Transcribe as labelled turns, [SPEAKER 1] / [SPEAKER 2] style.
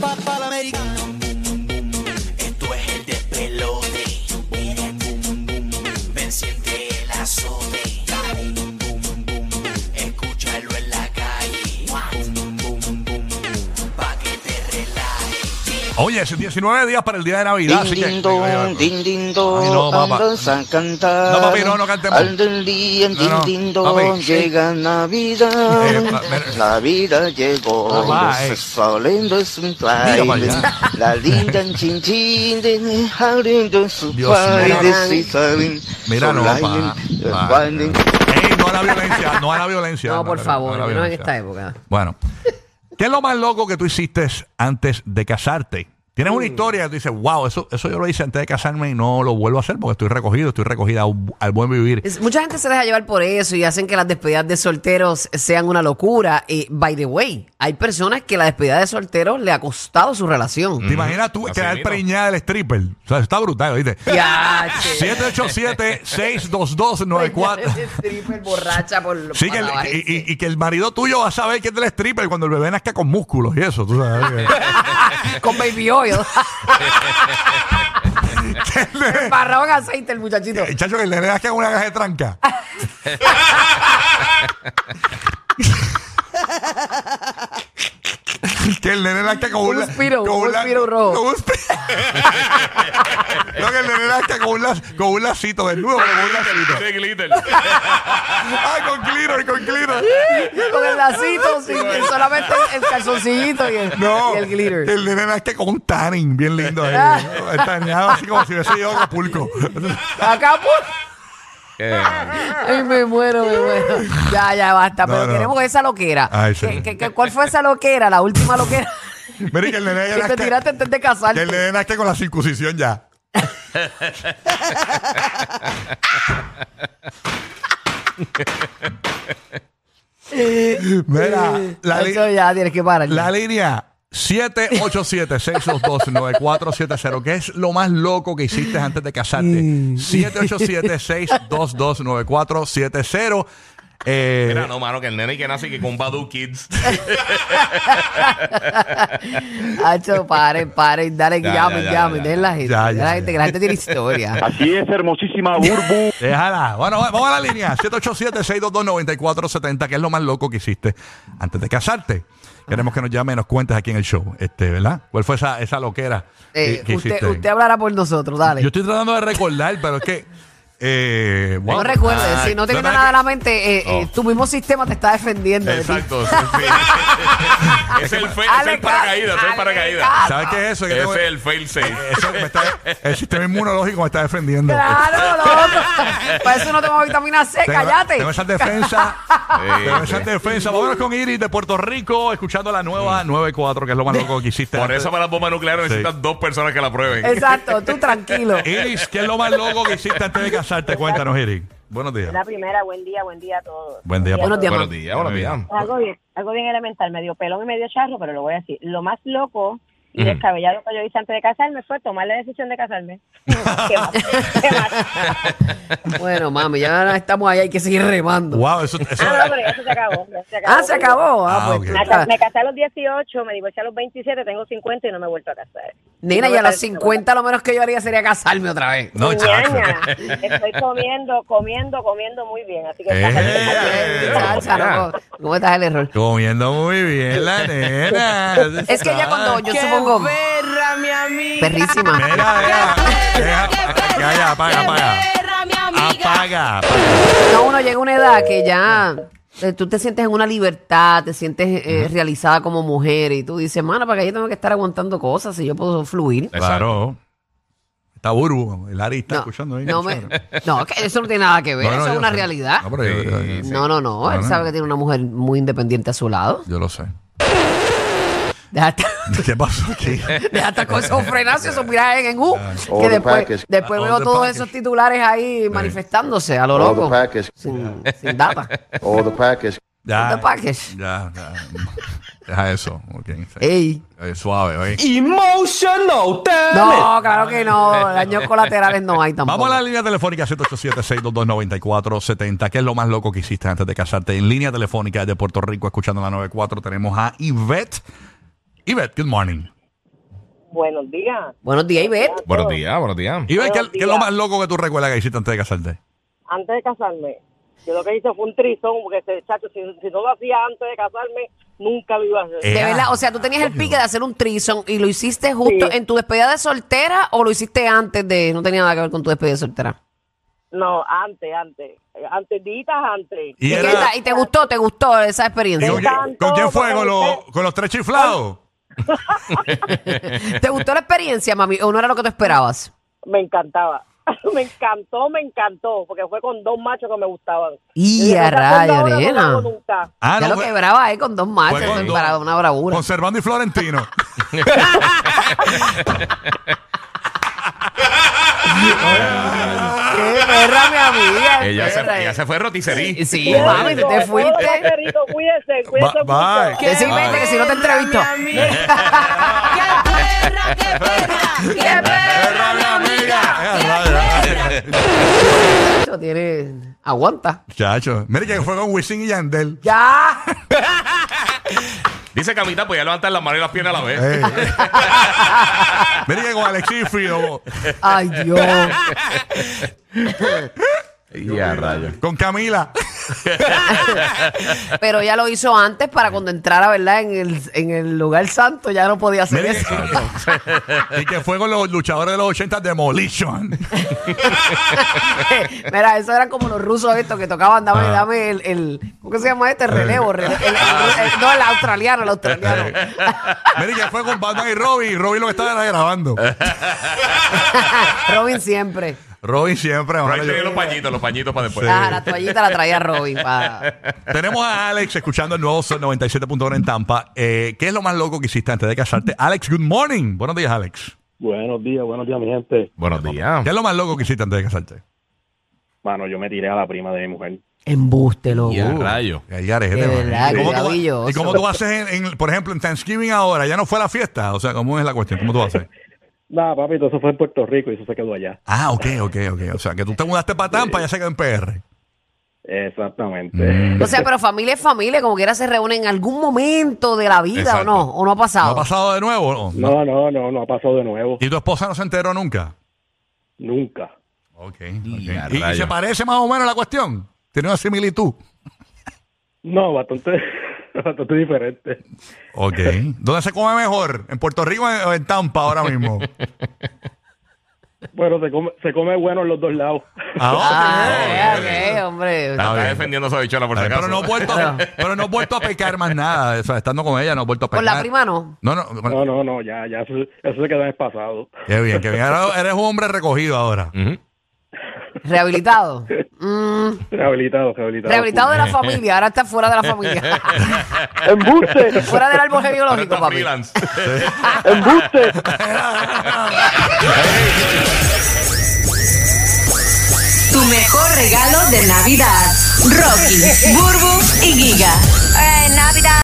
[SPEAKER 1] papá la americana. Esto es el despelote. Ven, siente el azote. Escúchalo en la calle. Pa' que te relajes.
[SPEAKER 2] Oye, es 19 días para el día de Navidad, así
[SPEAKER 3] Din,
[SPEAKER 2] que.
[SPEAKER 3] din, don, din, din, don,
[SPEAKER 2] Ay, no, papá.
[SPEAKER 3] andas a cantar.
[SPEAKER 2] No, papi, no, no cantemos.
[SPEAKER 3] Al del día,
[SPEAKER 2] No,
[SPEAKER 3] din,
[SPEAKER 2] no,
[SPEAKER 3] din,
[SPEAKER 2] papi.
[SPEAKER 3] don, llega
[SPEAKER 2] Eh,
[SPEAKER 3] Navidad.
[SPEAKER 2] pa- pero-
[SPEAKER 3] Navidad llegó,
[SPEAKER 2] Papá,
[SPEAKER 3] los
[SPEAKER 2] eh.
[SPEAKER 3] solendos es un
[SPEAKER 2] Mira para
[SPEAKER 3] baile.
[SPEAKER 2] allá.
[SPEAKER 3] La linda en chin chin, de mi jardín, de su
[SPEAKER 2] Dios
[SPEAKER 3] baile,
[SPEAKER 2] mío.
[SPEAKER 3] sí saben.
[SPEAKER 2] Mira, no, pa-
[SPEAKER 3] Son bailen,
[SPEAKER 2] pa-
[SPEAKER 3] los bailen.
[SPEAKER 2] Ey, no a la violencia, no a la violencia.
[SPEAKER 4] No,
[SPEAKER 2] a
[SPEAKER 4] por
[SPEAKER 2] la-
[SPEAKER 4] favor,
[SPEAKER 2] no a la
[SPEAKER 4] no en
[SPEAKER 2] violencia.
[SPEAKER 4] esta época.
[SPEAKER 2] Bueno, ¿qué es lo más loco que tú hiciste antes de casarte? Tienes
[SPEAKER 4] Mm.
[SPEAKER 2] una historia que tú dices, wow, eso, eso yo lo hice antes de casarme y no lo vuelvo a hacer porque estoy recogido, estoy recogida a un- al buen vivir.
[SPEAKER 4] Es- mucha gente se deja llevar por eso y hacen que las despedidas de solteros sean una locura. Y, by the way, hay personas que la despedida de solteros le ha costado su relación.
[SPEAKER 2] ¿Te imaginas tú
[SPEAKER 5] Así
[SPEAKER 2] quedar
[SPEAKER 5] mismo.
[SPEAKER 2] preñada del stripper? O sea, está brutal, ¿viste?
[SPEAKER 4] Ya, che.
[SPEAKER 2] 787-622-94.
[SPEAKER 4] Stripper borracha por los
[SPEAKER 2] Sí, que el-
[SPEAKER 4] malabares.
[SPEAKER 2] y, y- y que el marido tuyo va a saber que es del stripper cuando el bebé nazca con músculos y eso, tú sabes. que-
[SPEAKER 4] Con baby oil. Embarrado en aceite el muchachito.
[SPEAKER 2] El chacho que le das que una caja de tranca. que el nene nazca con
[SPEAKER 4] Un
[SPEAKER 2] un la-
[SPEAKER 4] suspiro,
[SPEAKER 2] con
[SPEAKER 4] un
[SPEAKER 2] la-
[SPEAKER 4] suspiro rojo.
[SPEAKER 2] con un suspiro. no, que el nene nazca con un, la- con un lacito desnudo, pero con un lacito.
[SPEAKER 5] De glitter.
[SPEAKER 2] Ah, con cliro y con cliro.
[SPEAKER 4] Con el lacito, sí, y solamente el calzoncillito y el,
[SPEAKER 2] No,
[SPEAKER 4] y el glitter.
[SPEAKER 2] que el nene nazca con un tanning bien lindo. ahí. Taneado así como si hubiese ido a Acapulco.
[SPEAKER 4] Acá, pues. Ay, me muero, me muero. Ya, ya, basta.
[SPEAKER 2] No,
[SPEAKER 4] pero
[SPEAKER 2] no.
[SPEAKER 4] tenemos esa loquera.
[SPEAKER 2] Ay,
[SPEAKER 4] ¿Qué-
[SPEAKER 2] sí.
[SPEAKER 4] qué- qué- cuál fue esa loquera? La última loquera.
[SPEAKER 2] Mira, que el nene
[SPEAKER 4] que te
[SPEAKER 2] nazca-
[SPEAKER 4] tiraste antes de
[SPEAKER 2] Que el
[SPEAKER 4] casarte.
[SPEAKER 2] nene nazca con la circuncisión ya. Mira, la, li-
[SPEAKER 4] Eso ya tienes que parar. ya.
[SPEAKER 2] la línea 787-622-9470. ¿Qué es lo más loco que hiciste antes de casarte? 787-622-9470. Eh,
[SPEAKER 5] Mira, no, mano, que el nene que nace que con Badu Kids.
[SPEAKER 4] Hacho, paren, paren, dale,
[SPEAKER 5] Ya,
[SPEAKER 4] llamen,
[SPEAKER 5] ya, ya,
[SPEAKER 4] llamen.
[SPEAKER 5] ya.
[SPEAKER 4] Den la gente.
[SPEAKER 2] Ya,
[SPEAKER 4] den
[SPEAKER 2] ya,
[SPEAKER 4] la
[SPEAKER 2] ya.
[SPEAKER 4] gente, que la gente tiene historia.
[SPEAKER 6] Así es, hermosísima Burbu.
[SPEAKER 2] Déjala. Bueno, va- vamos a la línea. 787-622-9470, que es lo más loco que hiciste antes de casarte. Queremos que nos llame y nos cuentes aquí en el show, este, ¿verdad? ¿Cuál fue esa, esa loquera
[SPEAKER 4] Eh,
[SPEAKER 2] que, que
[SPEAKER 4] usted,
[SPEAKER 2] hiciste?
[SPEAKER 4] usted hablará por nosotros, dale.
[SPEAKER 2] Yo estoy tratando de recordar, pero es que... eh,
[SPEAKER 4] no
[SPEAKER 2] wow.
[SPEAKER 4] recuerdes,
[SPEAKER 2] Ah,
[SPEAKER 4] si no te viene
[SPEAKER 2] es
[SPEAKER 4] nada a
[SPEAKER 2] que- Oh.
[SPEAKER 4] la mente, eh, eh, tu mismo sistema te está defendiendo. de ti.
[SPEAKER 5] Exacto. sí, sí. es el fail, es el
[SPEAKER 4] Alex,
[SPEAKER 5] paracaídas, es el
[SPEAKER 4] Alex,
[SPEAKER 5] paracaídas.
[SPEAKER 2] ¿Sabes qué es eso? Que
[SPEAKER 5] Ese
[SPEAKER 2] tengo-
[SPEAKER 5] es el fail safe. Eh,
[SPEAKER 2] eso me está- el sistema inmunológico me está defendiendo.
[SPEAKER 4] Claro, loco. Para eso no tomo vitamina C,
[SPEAKER 2] Tengo-
[SPEAKER 4] cállate.
[SPEAKER 2] Tengo esas defensas.
[SPEAKER 5] Sí,
[SPEAKER 2] tengo
[SPEAKER 5] sí.
[SPEAKER 2] esas defensas. Vámonos con Iris de Puerto Rico, escuchando la nueva 94, que es lo más loco que hiciste.
[SPEAKER 5] Por
[SPEAKER 2] antes-
[SPEAKER 5] eso para las bombas nucleares
[SPEAKER 2] Sí.
[SPEAKER 5] necesitan dos personas que la prueben.
[SPEAKER 4] Exacto, tú tranquilo.
[SPEAKER 2] Iris, ¿qué es lo más loco que hiciste antes de casarte? Cuéntanos, Iris. Buenos días.
[SPEAKER 7] La primera, buen día, buen día a todos.
[SPEAKER 2] Buen día.
[SPEAKER 4] Buenos días,
[SPEAKER 5] Buenos
[SPEAKER 4] mamá.
[SPEAKER 5] días, buenos días.
[SPEAKER 7] Algo bien, algo bien elemental, medio pelón y medio charro, pero lo voy a decir. Lo más loco y
[SPEAKER 5] Ujú.
[SPEAKER 7] descabellado que yo hice antes de casarme fue tomar la decisión de casarme. ¿Qué más? ¿Qué más?
[SPEAKER 4] Bueno, mami, ya estamos ahí, hay que seguir remando.
[SPEAKER 2] Wow, eso, eso-
[SPEAKER 7] Ah, no, pero ya eso se acabó. ya se acabó.
[SPEAKER 4] Ah, se acabó. Ah,
[SPEAKER 2] Ah,
[SPEAKER 4] pues
[SPEAKER 2] ok.
[SPEAKER 4] tú
[SPEAKER 7] Me,
[SPEAKER 4] estás-
[SPEAKER 7] ca- me casé a los 18, me divorcié a los 27, tengo 50 y no me he vuelto a casar.
[SPEAKER 4] Nena,
[SPEAKER 7] No
[SPEAKER 4] ya a
[SPEAKER 7] me
[SPEAKER 4] los
[SPEAKER 7] parece-
[SPEAKER 4] 50 lo menos que yo haría sería casarme otra vez.
[SPEAKER 2] No, chacho.
[SPEAKER 7] Ñaña, estoy comiendo, comiendo, comiendo muy bien. Así que
[SPEAKER 2] Eh,
[SPEAKER 4] Eh, chacha,
[SPEAKER 5] ya.
[SPEAKER 4] no, ¿Cómo estás el error?
[SPEAKER 2] Comiendo muy bien la nena.
[SPEAKER 4] Es que ella cuando yo supongo... Perrísima.
[SPEAKER 2] Mira, mira. Deja- Calla, apaga, apaga. Apaga.
[SPEAKER 4] No, uno llega a una edad que ya eh, tú te sientes en una libertad, te sientes eh, realizada como mujer y tú dices, mano, ¿para qué yo tengo que estar aguantando cosas si yo puedo fluir?
[SPEAKER 2] Claro. Está Burbu. El Ari está
[SPEAKER 4] No,
[SPEAKER 2] escuchando ahí.
[SPEAKER 4] no, me- no, que eso no tiene nada que ver,
[SPEAKER 2] No, no,
[SPEAKER 4] eso es
[SPEAKER 2] yo
[SPEAKER 4] una
[SPEAKER 2] sé.
[SPEAKER 4] realidad.
[SPEAKER 2] No, pero yo, yo- yo-
[SPEAKER 5] Sí.
[SPEAKER 4] No, no, no, él
[SPEAKER 2] No, no.
[SPEAKER 4] sabe que tiene una mujer muy independiente a su lado.
[SPEAKER 2] yo lo sé.
[SPEAKER 4] Deja estar,
[SPEAKER 2] ¿Qué pasó aquí?
[SPEAKER 4] deja oh, estar con esos frenazos, esos mirajes en U,
[SPEAKER 8] All
[SPEAKER 4] que
[SPEAKER 8] the
[SPEAKER 4] después,
[SPEAKER 8] package.
[SPEAKER 4] después
[SPEAKER 2] All
[SPEAKER 4] veo
[SPEAKER 2] the
[SPEAKER 4] todos
[SPEAKER 2] package.
[SPEAKER 4] esos titulares ahí manifestastándose a lo
[SPEAKER 8] All the
[SPEAKER 4] loco,
[SPEAKER 8] package.
[SPEAKER 4] sin, sin data.
[SPEAKER 8] All the package.
[SPEAKER 2] Ya.
[SPEAKER 4] Te apagues.
[SPEAKER 2] Ya, ya. Deja eso. ok.
[SPEAKER 4] Ey.
[SPEAKER 2] Eh, Suave, oye.
[SPEAKER 6] Emotional
[SPEAKER 4] No, claro que no, daños colaterales no hay tampoco.
[SPEAKER 2] Vamos a la línea telefónica 787-622-9470. ¿Qué es lo más loco que hiciste antes de casarte? En línea telefónica de Puerto Rico, escuchando la 94, tenemos a Ivette. Ivette, good morning.
[SPEAKER 7] Buenos días.
[SPEAKER 4] Buenos días, Ivette.
[SPEAKER 5] Buenos días, buenos días.
[SPEAKER 2] Iber, ¿qué,
[SPEAKER 7] Buenos
[SPEAKER 2] qué es lo
[SPEAKER 7] días.
[SPEAKER 2] más loco que tú recuerdas que hiciste antes de casarte?
[SPEAKER 7] Antes de casarme, yo lo que hice fue un trisón, porque ese chacho, si, si no lo hacía antes de casarme, nunca lo iba a hacer.
[SPEAKER 2] Eh,
[SPEAKER 4] De
[SPEAKER 2] Ea.
[SPEAKER 4] verdad, o sea, tú tenías el pique de hacer un trison y lo hiciste justo
[SPEAKER 7] Sí.
[SPEAKER 4] en tu despedida de soltera o lo hiciste antes de. No tenía nada que ver con tu despedida de soltera.
[SPEAKER 7] No, antes, antes. Antes, ditas antes.
[SPEAKER 2] Y
[SPEAKER 4] ¿Y,
[SPEAKER 2] era-
[SPEAKER 4] qué tal? ¿Y te gustó? ¿Te gustó esa
[SPEAKER 2] ¿Y
[SPEAKER 4] experiencia?
[SPEAKER 2] con, quién- con quién fue? ¿Con, los- con los tres chiflados?
[SPEAKER 4] ¿Te gustó la experiencia, mami? ¿O no era lo que tú esperabas?
[SPEAKER 7] Me encantaba. me encantó, me encantó, porque fue con dos machos que me gustaban.
[SPEAKER 4] Y
[SPEAKER 7] Yo dije,
[SPEAKER 4] a
[SPEAKER 7] "Esa cosa
[SPEAKER 4] rayos,
[SPEAKER 7] ahora no la
[SPEAKER 4] nena".
[SPEAKER 7] hago nunca.
[SPEAKER 2] Ah, no,
[SPEAKER 4] ya lo
[SPEAKER 2] fue-
[SPEAKER 4] quebraba eh, con dos machos,
[SPEAKER 2] con
[SPEAKER 4] eso
[SPEAKER 2] dos.
[SPEAKER 4] es para una bravura.
[SPEAKER 2] Conservando y Florentino.
[SPEAKER 4] ¡Qué perra, mi amiga!
[SPEAKER 5] Ella se,
[SPEAKER 4] perra,
[SPEAKER 5] ella
[SPEAKER 4] eh.
[SPEAKER 5] se fue roticerí.
[SPEAKER 4] Sí, mami, tú te
[SPEAKER 7] Rico, hola, qué
[SPEAKER 4] fuiste.
[SPEAKER 7] rico, cuídese, cuídese
[SPEAKER 2] Ba- bye.
[SPEAKER 7] mucho.
[SPEAKER 4] Que sí, vete, que si no te entrevisto.
[SPEAKER 2] Perra, mi amiga.
[SPEAKER 4] Eso tiene... Aguanta.
[SPEAKER 2] Chacho, mire que fue con Wisin y Yandel.
[SPEAKER 4] ¡Ya!
[SPEAKER 5] Dice Camita, pues ya levantar las manos y las piernas a la vez.
[SPEAKER 2] Eh. mire que con Alexis Fido,
[SPEAKER 4] ¡Ay, Dios!
[SPEAKER 5] Y a rayos.
[SPEAKER 2] con Camila.
[SPEAKER 4] Pero ya lo hizo antes para cuando entrara, ¿verdad? En el, en el lugar santo ya no podía hacer
[SPEAKER 2] Mire
[SPEAKER 4] eso.
[SPEAKER 2] que- y que fue con los luchadores de los 80 Demolition.
[SPEAKER 4] Mira, eso eran como los rusos estos que tocaban, dame, dame el, el- ¿cómo que se llama este? Relevo. rele- el- el- el- no, el australiano, el australiano.
[SPEAKER 2] mire que fue con Batman y Robin. y Robin lo que estaba era grabando.
[SPEAKER 4] Robin siempre.
[SPEAKER 2] Robin siempre.
[SPEAKER 5] Pero
[SPEAKER 2] mano,
[SPEAKER 5] ahí
[SPEAKER 2] yo-
[SPEAKER 5] tenía los pañitos, los pañitos para después.
[SPEAKER 4] Ah, la toallita la traía Robin. pa-
[SPEAKER 2] Tenemos a Alex escuchando el nuevo Sol 97.1 en Tampa. Eh, ¿Qué es lo más loco que hiciste antes de casarte? Alex, good morning. Buenos días, Alex.
[SPEAKER 8] Buenos días, buenos días, mi gente.
[SPEAKER 5] Buenos días.
[SPEAKER 2] ¿Qué es lo más loco que hiciste antes de casarte?
[SPEAKER 8] Mano, yo me tiré a la prima de mi mujer.
[SPEAKER 4] Embuste, loco.
[SPEAKER 5] Y a
[SPEAKER 2] uh.
[SPEAKER 5] rayos.
[SPEAKER 2] Ay, garete,
[SPEAKER 4] De
[SPEAKER 2] mano.
[SPEAKER 4] verdad,
[SPEAKER 2] ¿Y
[SPEAKER 4] que
[SPEAKER 2] cómo tú,
[SPEAKER 4] maravilloso.
[SPEAKER 2] ¿Y cómo tú haces, en- en, por ejemplo, en Thanksgiving ahora? ¿Ya no fue a la fiesta? O sea, ¿cómo es la cuestión? ¿Cómo tú haces?
[SPEAKER 8] Nada, papi, todo eso fue en Puerto Rico y eso se quedó allá.
[SPEAKER 2] Ah, ok, ok, ok. O sea, que tú te mudaste para Tampa y ya se quedó en Mm. PR.
[SPEAKER 8] Exactamente.
[SPEAKER 4] O sea, pero familia es familia, como quiera se reúnen en algún momento de la vida o no,
[SPEAKER 5] Exacto.
[SPEAKER 4] o no ha
[SPEAKER 2] ¿No
[SPEAKER 4] pasado.
[SPEAKER 2] ha pasado de nuevo? No.
[SPEAKER 8] No, no, no, no ha pasado de nuevo.
[SPEAKER 2] ¿Y tu esposa no se enteró nunca?
[SPEAKER 8] Nunca.
[SPEAKER 2] Ok. ok.
[SPEAKER 5] Y a
[SPEAKER 2] ¿Y, y
[SPEAKER 5] rayos.
[SPEAKER 2] se parece más o menos la cuestión? ¿Tiene una similitud?
[SPEAKER 8] No, bastante, bastante diferente.
[SPEAKER 2] Ok. ¿Dónde se come mejor? ¿En Puerto Rico o en- o en Tampa ahora mismo?
[SPEAKER 8] Bueno, se come, se come bueno en los dos lados.
[SPEAKER 4] Ah,
[SPEAKER 5] ok,
[SPEAKER 4] ok, hombre.
[SPEAKER 5] Está,
[SPEAKER 2] bien.
[SPEAKER 5] defendiendo esa bichola
[SPEAKER 4] Ah,
[SPEAKER 5] por si acaso.
[SPEAKER 4] eh.
[SPEAKER 2] pero no he vuelto, a- pero no he vuelto a pecar más nada. O sea, estando con ella no he vuelto a pecar.
[SPEAKER 4] Con la prima no.
[SPEAKER 2] No, no. bueno,
[SPEAKER 8] No, no, no, ya, ya, eso, eso se quedó en el pasado.
[SPEAKER 2] Qué bien, qué bien. Ahora eres un hombre recogido ahora.
[SPEAKER 5] Ujú.
[SPEAKER 4] Rehabilitado. Mm,
[SPEAKER 8] Rehabilitado, rehabilitado.
[SPEAKER 4] rehabilitado de la familia, ahora está fuera de la familia.
[SPEAKER 6] Embuste,
[SPEAKER 4] fuera del árbol
[SPEAKER 5] Ahora
[SPEAKER 4] genealógico,
[SPEAKER 5] está
[SPEAKER 4] papi.
[SPEAKER 5] freelance.
[SPEAKER 6] embuste.
[SPEAKER 9] Tu mejor regalo de Navidad. Rocky, Burbu y Giga. En Navidad.